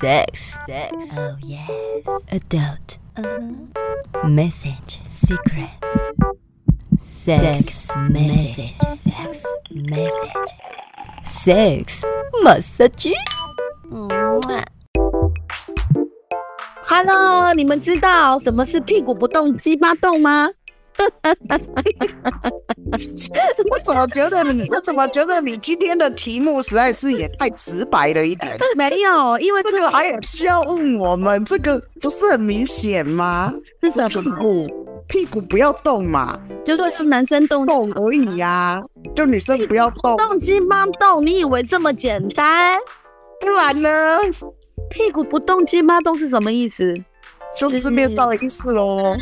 Sex, sex. Oh yes. Uh-huh. Adult. Message, secret. Sex, message, sex, message. Sex, massage. Hello，你们知道什么是屁股不动，鸡巴动吗？我怎么觉得你，我怎么觉得你今天的题目实在是也太直白了一点？没有，因为这个还有需要问我们？这个不是很明显吗？是什屁么？股，屁股不要动嘛，就是男生动动而已呀、就女生不要动，动鸡巴动，你以为这么简单？不然呢，屁股不动鸡巴动是什么意思？就字面上的意思喽。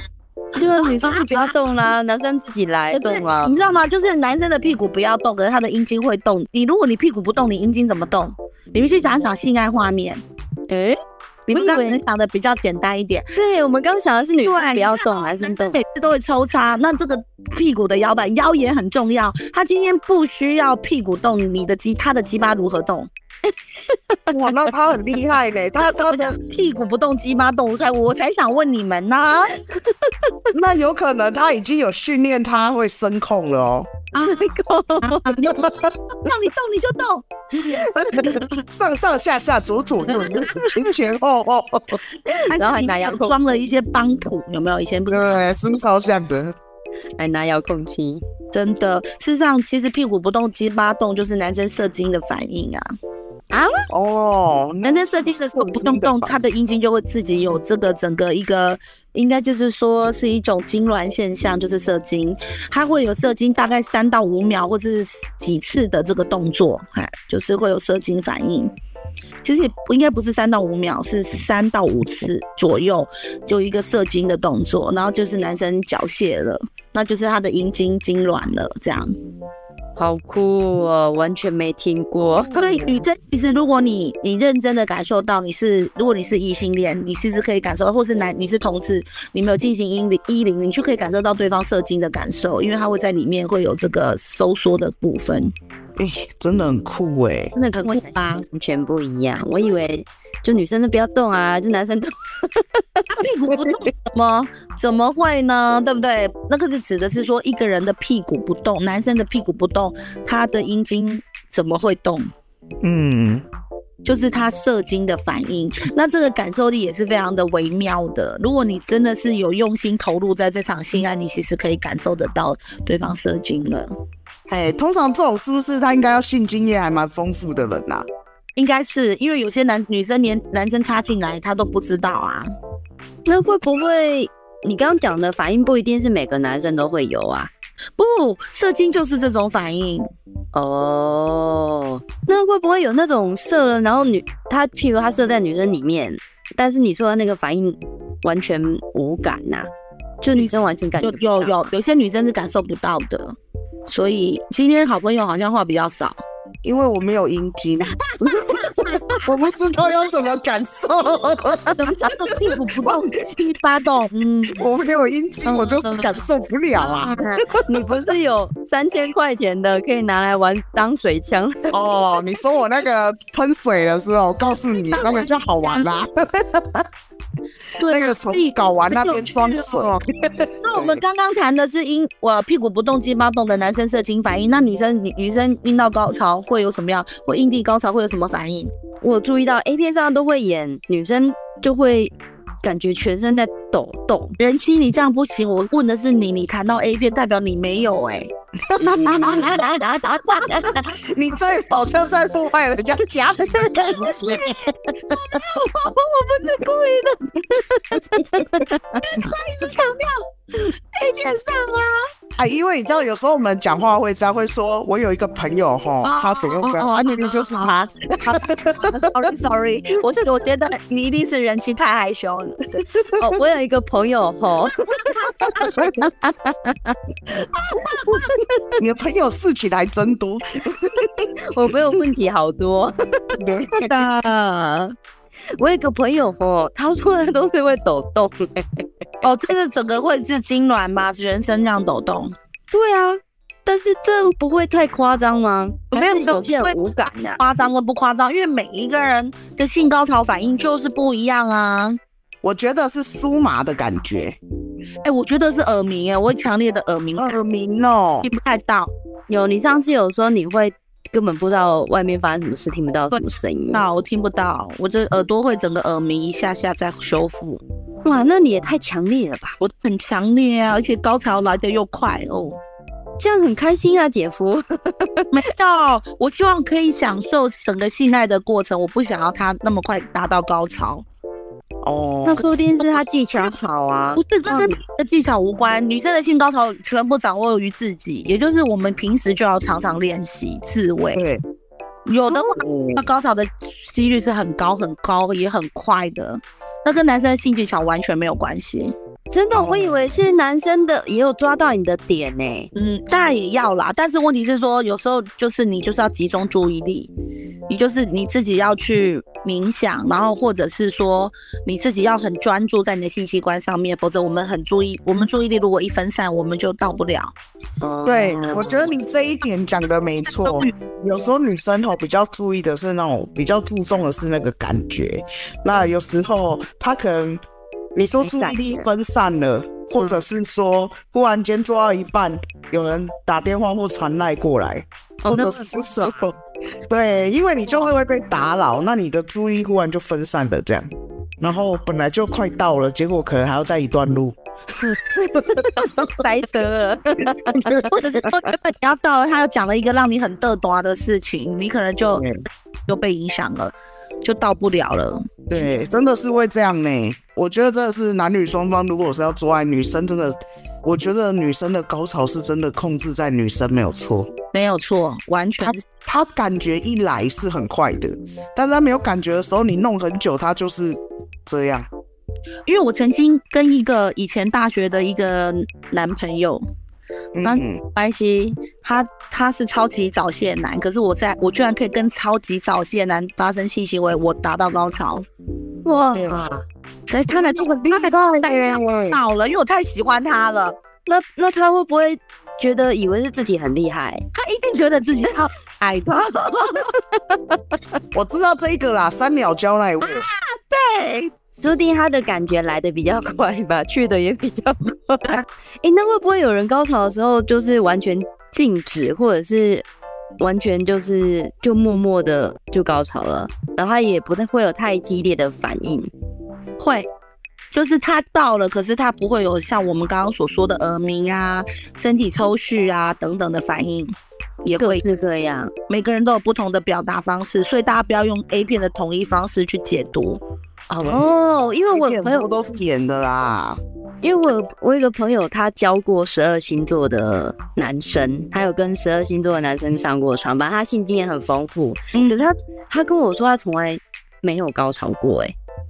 就是女生就不要动 啦，男生自己来可是动啦你。知道吗？就是男生的屁股不要动，可是他的阴茎会动。你如果你屁股不动，你阴茎怎么动？你们去想想性爱画面。诶、你们我以刚为能想的比较简单一点，对我们刚想的是女生对哦不要动，男生男生动。每次都会抽插，那这个屁股的摇摆，腰也很重要。他今天不需要屁股动，你的鸡他的鸡巴如何动？哇，那他很厉害嘞，他他的屁股不动，鸡巴动，我才我才想问你们呢、啊。那有可能他已经有训练，他会声控了哦。你啊 让你动你就动，上上下下左左右右前前后后，然后还拿遥控装了一些帮谱，有没有？以前不是对，是不是超像的？还拿遥控器，真的，事实上，其实屁股不动，鸡巴动就是男生射精的反应啊。哦，男生射精的时候不动动，他的阴茎就会自己有这个整个一个，应该就是说是一种痉挛现象，就是射精，他会有射精大概三到五秒或者是几次的这个动作，哎，就是会有射精反应。其实也不应该不是三到五秒，是三到五次左右，就一个射精的动作，然后就是男生缴械了，那就是他的阴茎痉挛了，这样。好酷哦，完全没听过。所以女生其实，如果你你认真的感受到你是，如果你是异性恋，你其实可以感受到，或是男你是同志，你没有进行阴零一零，你就可以感受到对方射精的感受，因为它会在里面会有这个收缩的部分。哎、真的很酷哎、真的很跟酷我想象吧中完全不一样。我以为就女生都不要动啊，就男生动。他屁股 不动怎么怎么会呢？对不对？那个是指的是说一个人的屁股不动，男生的屁股不动，他的阴茎怎么会动？嗯，就是他射精的反应，那这个感受力也是非常的微妙的。如果你真的是有用心投入在这场性爱，你其实可以感受得到对方射精了。哎、通常这种是不是他应该要性经验还蛮丰富的人呐、啊？应该是因为有些男女生连男生插进来他都不知道啊，那会不会你刚刚讲的反应不一定是每个男生都会有啊？不射精就是这种反应，哦，那会不会有那种射了，然后女他譬如他射在女生里面，但是你说的那个反应完全无感呐、就女生完全感觉有不到有 有有些女生是感受不到的，所以今天好朋友好像话比较少。因为我没有阴茎， 我不知道要怎么感受。屁股不动，七八动，嗯，我没有阴茎，我就是感受不了 啊。你不是有三千块钱的可以拿来玩当水枪？哦，你说我那个喷水的时候，我告诉你，那个叫好玩啦、对啊那个从搞完那边装水。那我们刚刚谈的是阴，我屁股不动鸡巴动的男生射精反应，那女生女女生阴道高潮会有什么样？或阴蒂高潮会有什么反应？我注意到 A 片上都会演女生就会感觉全身在抖动，人妻，你这样不行，我问的是你，你谈到 A 片，代表你没 有哎、你这好像在破坏人家家的感觉。一直强调 A 片上啊，因为你知道，有时候我们讲话会这样，会说我有一个朋友吼，啊他怎样怎样，哦哦啊，明明就是他， ，sorry sorry，我我觉得你一定是人妻太害羞了，哦，我有一个朋友吼， 哦你的朋友事情还真多。我朋友问题好多。真的。我有一个朋友吼，他说的都是会抖 动的、哦，这个整个会是痉挛吗？全身这样抖动？对啊，但是这不会太夸张吗？没有还是有些人无感啊呐、夸张跟不夸张，因为每一个人的性高潮反应就是不一样啊。我觉得是酥麻的感觉，哎、我觉得是耳鸣哎，我会强烈的耳鸣，耳鸣哦听，不太到有，你上次有说你会根本不知道外面发生什么事，听不到什么声音。到，我听不到，我的耳朵会整个耳鸣一下下再修复，哇，那你也太强烈了吧？我很强烈啊，而且高潮来的又快哦。 这样很开心啊，姐夫。 没有，我希望可以享受整个性爱的过程，我不想要它那么快达到高潮。那哦，说不定是他技巧好啊不。是，这跟你的技巧无关，女生的性高潮全部掌握于自己，也就是我们平时就要常常练习自慰。对，有的话，哦那高潮的几率是很高很高，也很快的。那跟男生的性技巧完全没有关系，真的，我以为是男生的也有抓到你的点呢、嗯，当然也要啦。但是问题是说，有时候就是你就是要集中注意力，你就是你自己要去冥想，然后或者是说你自己要很专注在你的性器官上面，否则我们很注意，我们注意力如果一分散，我们就到不了。哦对，嗯我觉得你这一点讲的没错。有时候女生哦比较注意的是那种比较注重的是那个感觉，那有时候她可能你说注意力分散了，或者是说忽然间做到一半，有人打电话或传赖过来，哦或那者不是什么？对，因为你就是会被打扰，那你的注意力忽然就分散了这样，然后本来就快到了，结果可能还要再一段路。塞车 了，或者是说原本你要到了，他又讲了一个让你很嘚哆的事情，你可能就对又被影响了，就到不了了。对，真的是会这样呢、我觉得真的是男女双方，如果是要做爱，女生真的，我觉得女生的高潮是真的控制在女生没有错。没有错，完全是她感觉一来是很快的，但是她没有感觉的时候，你弄很久，她就是这样。因为我曾经跟一个以前大学的一个男朋友嗯那嗯，关系，他他是超级早泄男，可是我在我居然可以跟超级早泄男发生性行为，我达到高潮，哇，对所以他来这个厉害耶！到了，因为我太喜欢他了，那那他会不会觉得以为是自己很厉害？他一定觉得自己超爱的。我知道这一个啦，三秒交那一啊位，对说不定他的感觉来的比较快吧，去的也比较快。 哎、那会不会有人高潮的时候就是完全静止，或者是完全就是就默默的就高潮了，然后他也不太会有太激烈的反应？会，就是他到了，可是他不会有像我们刚刚所说的耳鸣啊、身体抽搐啊等等的反应，也各会。式各样。每个人都有不同的表达方式，所以大家不要用 A 片的统一方式去解读。哦，因为我有朋友，都是演的啦。因为我有我有一个朋友，他教过十二星座的男生，还有跟十二星座的男生上过床吧，他性经验很丰富。嗯可是他他跟我说，他从来没有高潮过、哎，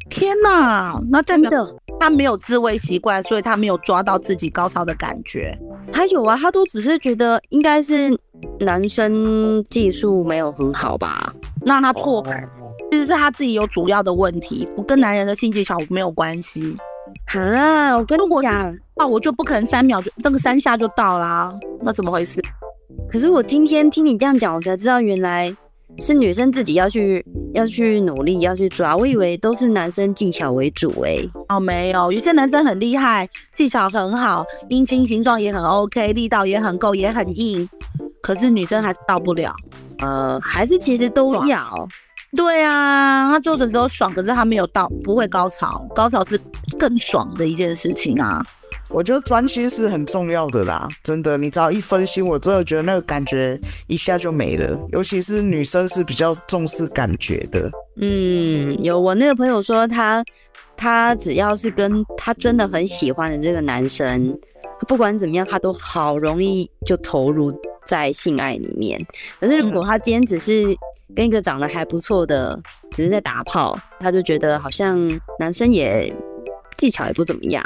天哪，那代真表的。他没有自慰习惯，所以他没有抓到自己高潮的感觉。他有啊，他都只是觉得应该嗯是男生技术没有很好吧。那他哦错，其实是他自己有主要的问题，不跟男人的性技巧没有关系。啊，我跟如你果是讲，啊，我就不可能三秒就那个三下就到啦，那怎么回事？可是我今天听你这样讲，我才知道原来是女生自己要去要去努力要去抓，我以为都是男生技巧为主欸诶、哦，没有，有些男生很厉害，技巧很好，阴茎形状也很 OK，力道也很够，也很硬，可是女生还是到不了。呃，还是其实都哇要。对啊，他做成之后爽，可是他没有到，不会高潮，高潮是更爽的一件事情啊。我觉得专心是很重要的啦，真的，你只要一分心，我真的觉得那个感觉一下就没了。尤其是女生是比较重视感觉的，嗯，有我那个朋友说他，他只要是跟他真的很喜欢的这个男生，不管怎么样，他都好容易就投入在性爱里面。可是如果他今天只是跟一个长得还不错的，只是在打炮，他就觉得好像男生也技巧也不怎么样。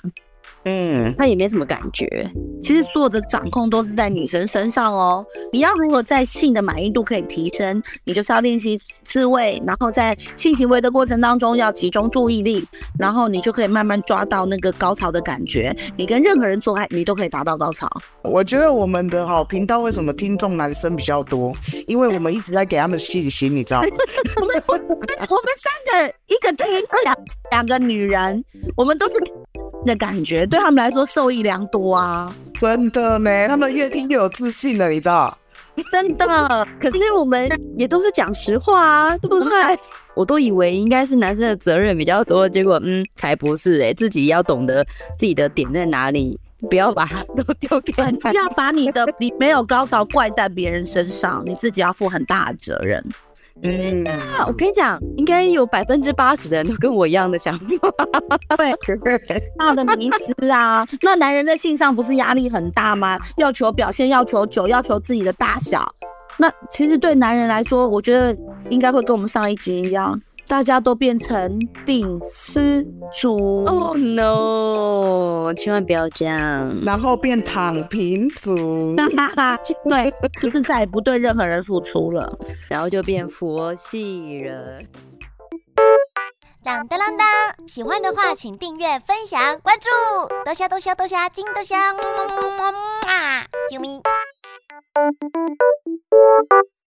嗯，他也没什么感觉。其实所有的掌控都是在女生身上哦。你要如何在性的满意度可以提升，你就是要练习自慰，然后在性行为的过程当中要集中注意力，然后你就可以慢慢抓到那个高潮的感觉。你跟任何人做爱，你都可以达到高潮。我觉得我们的好频道为什么听众男生比较多？因为我们一直在给他们信心，你知 道吗？ 我们我们我们三个，一个听两两个女人，我们都是的感觉，对他们来说受益良多啊。真的呢，他们越听越有自信了，你知道？真的，可是我们也都是讲实话啊，对不对？我都以为应该是男生的责任比较多，结果嗯，才不是哎、自己要懂得自己的点在哪里，不要把 它都丢给本他。要把你的你没有高潮怪在别人身上，你自己要负很大的责任。嗯，啊我跟你讲，应该有百分之八十的人都跟我一样的想法。对，大的迷思啊，那男人在性上不是压力很大吗？要求表现，要求久，要求自己的大小。那其实对男人来说，我觉得应该会跟我们上一集一样，大家都变成定丝主。 Oh no！千万不要这样。然后变躺平族，哈哈哈，对，就是再也不对任何人付出了。然后就变佛系人。当当当当！喜欢的话，请订阅、分享、关注，多虾多虾多虾，金多虾，么么么么么啊！啾咪。